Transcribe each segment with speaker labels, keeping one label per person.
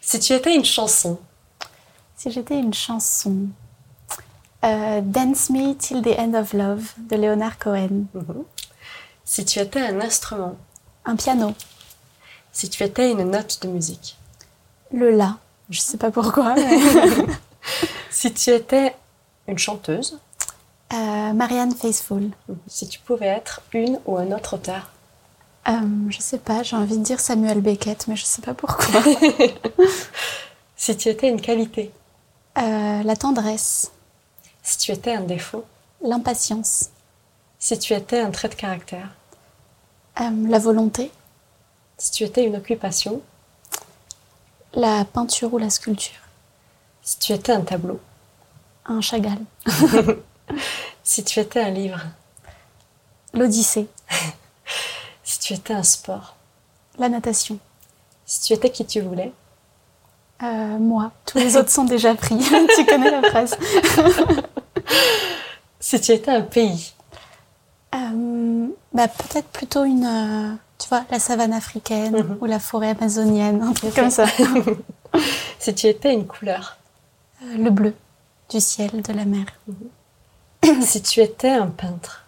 Speaker 1: Si tu étais une chanson,
Speaker 2: Si j'étais une chanson. euh, Dance Me Till the End of Love de Leonard Cohen.
Speaker 1: si tu étais un instrument,
Speaker 2: Un piano.
Speaker 1: si tu étais une note de musique,
Speaker 2: Le La. Je sais pas pourquoi. mais-
Speaker 1: si tu étais une chanteuse,
Speaker 2: Euh, Marianne Faithfull.
Speaker 1: si tu pouvais être une ou un autre auteur,
Speaker 2: Euh, je sais pas, j'ai envie de dire Samuel Beckett, mais je sais pas pourquoi.
Speaker 1: si tu étais une qualité,
Speaker 2: Euh, la tendresse.
Speaker 1: si tu étais un défaut,
Speaker 2: L'impatience.
Speaker 1: si tu étais un trait de caractère,
Speaker 2: Euh, la volonté.
Speaker 1: si tu étais une occupation,
Speaker 2: La peinture ou la sculpture.
Speaker 1: si tu étais un tableau,
Speaker 2: Un Chagall.
Speaker 1: si tu étais un livre,
Speaker 2: L'Odyssée.
Speaker 1: si tu étais un sport,
Speaker 2: La natation.
Speaker 1: si tu étais qui tu voulais,
Speaker 2: Euh, moi. Tous les autres sont déjà pris. tu connais la phrase.
Speaker 1: si tu étais un pays,
Speaker 2: Euh, bah, peut-être plutôt une. euh, tu vois, la savane africaine
Speaker 1: Mhm.
Speaker 2: ou la forêt amazonienne, un truc
Speaker 1: Bien
Speaker 2: comme ça.
Speaker 1: si tu étais une couleur,
Speaker 2: Euh, le bleu du ciel, de la mer.
Speaker 1: si tu étais un peintre,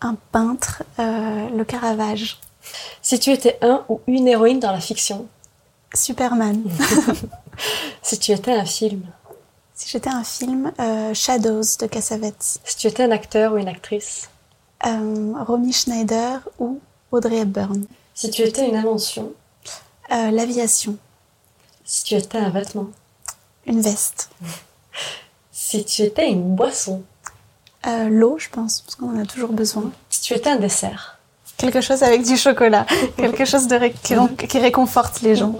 Speaker 2: Un peintre, euh, le Caravage.
Speaker 1: si tu étais un ou une héroïne dans la fiction,
Speaker 2: Superman.
Speaker 1: si tu étais un film,
Speaker 2: Si j'étais un film, euh, Shadows de Cassavetes.
Speaker 1: si tu étais un acteur ou une actrice,
Speaker 2: Euh, Romy Schneider ou Audrey Hepburn.
Speaker 1: si tu étais une invention,
Speaker 2: Euh, L'aviation.
Speaker 1: si tu étais un vêtement,
Speaker 2: Une veste.
Speaker 1: si tu étais une boisson,
Speaker 2: Euh, L'eau, je pense, parce qu'on en a toujours besoin.
Speaker 1: si tu étais un dessert,
Speaker 2: Quelque chose avec du chocolat. Quelque chose de ré- qui, qui réconforte les gens.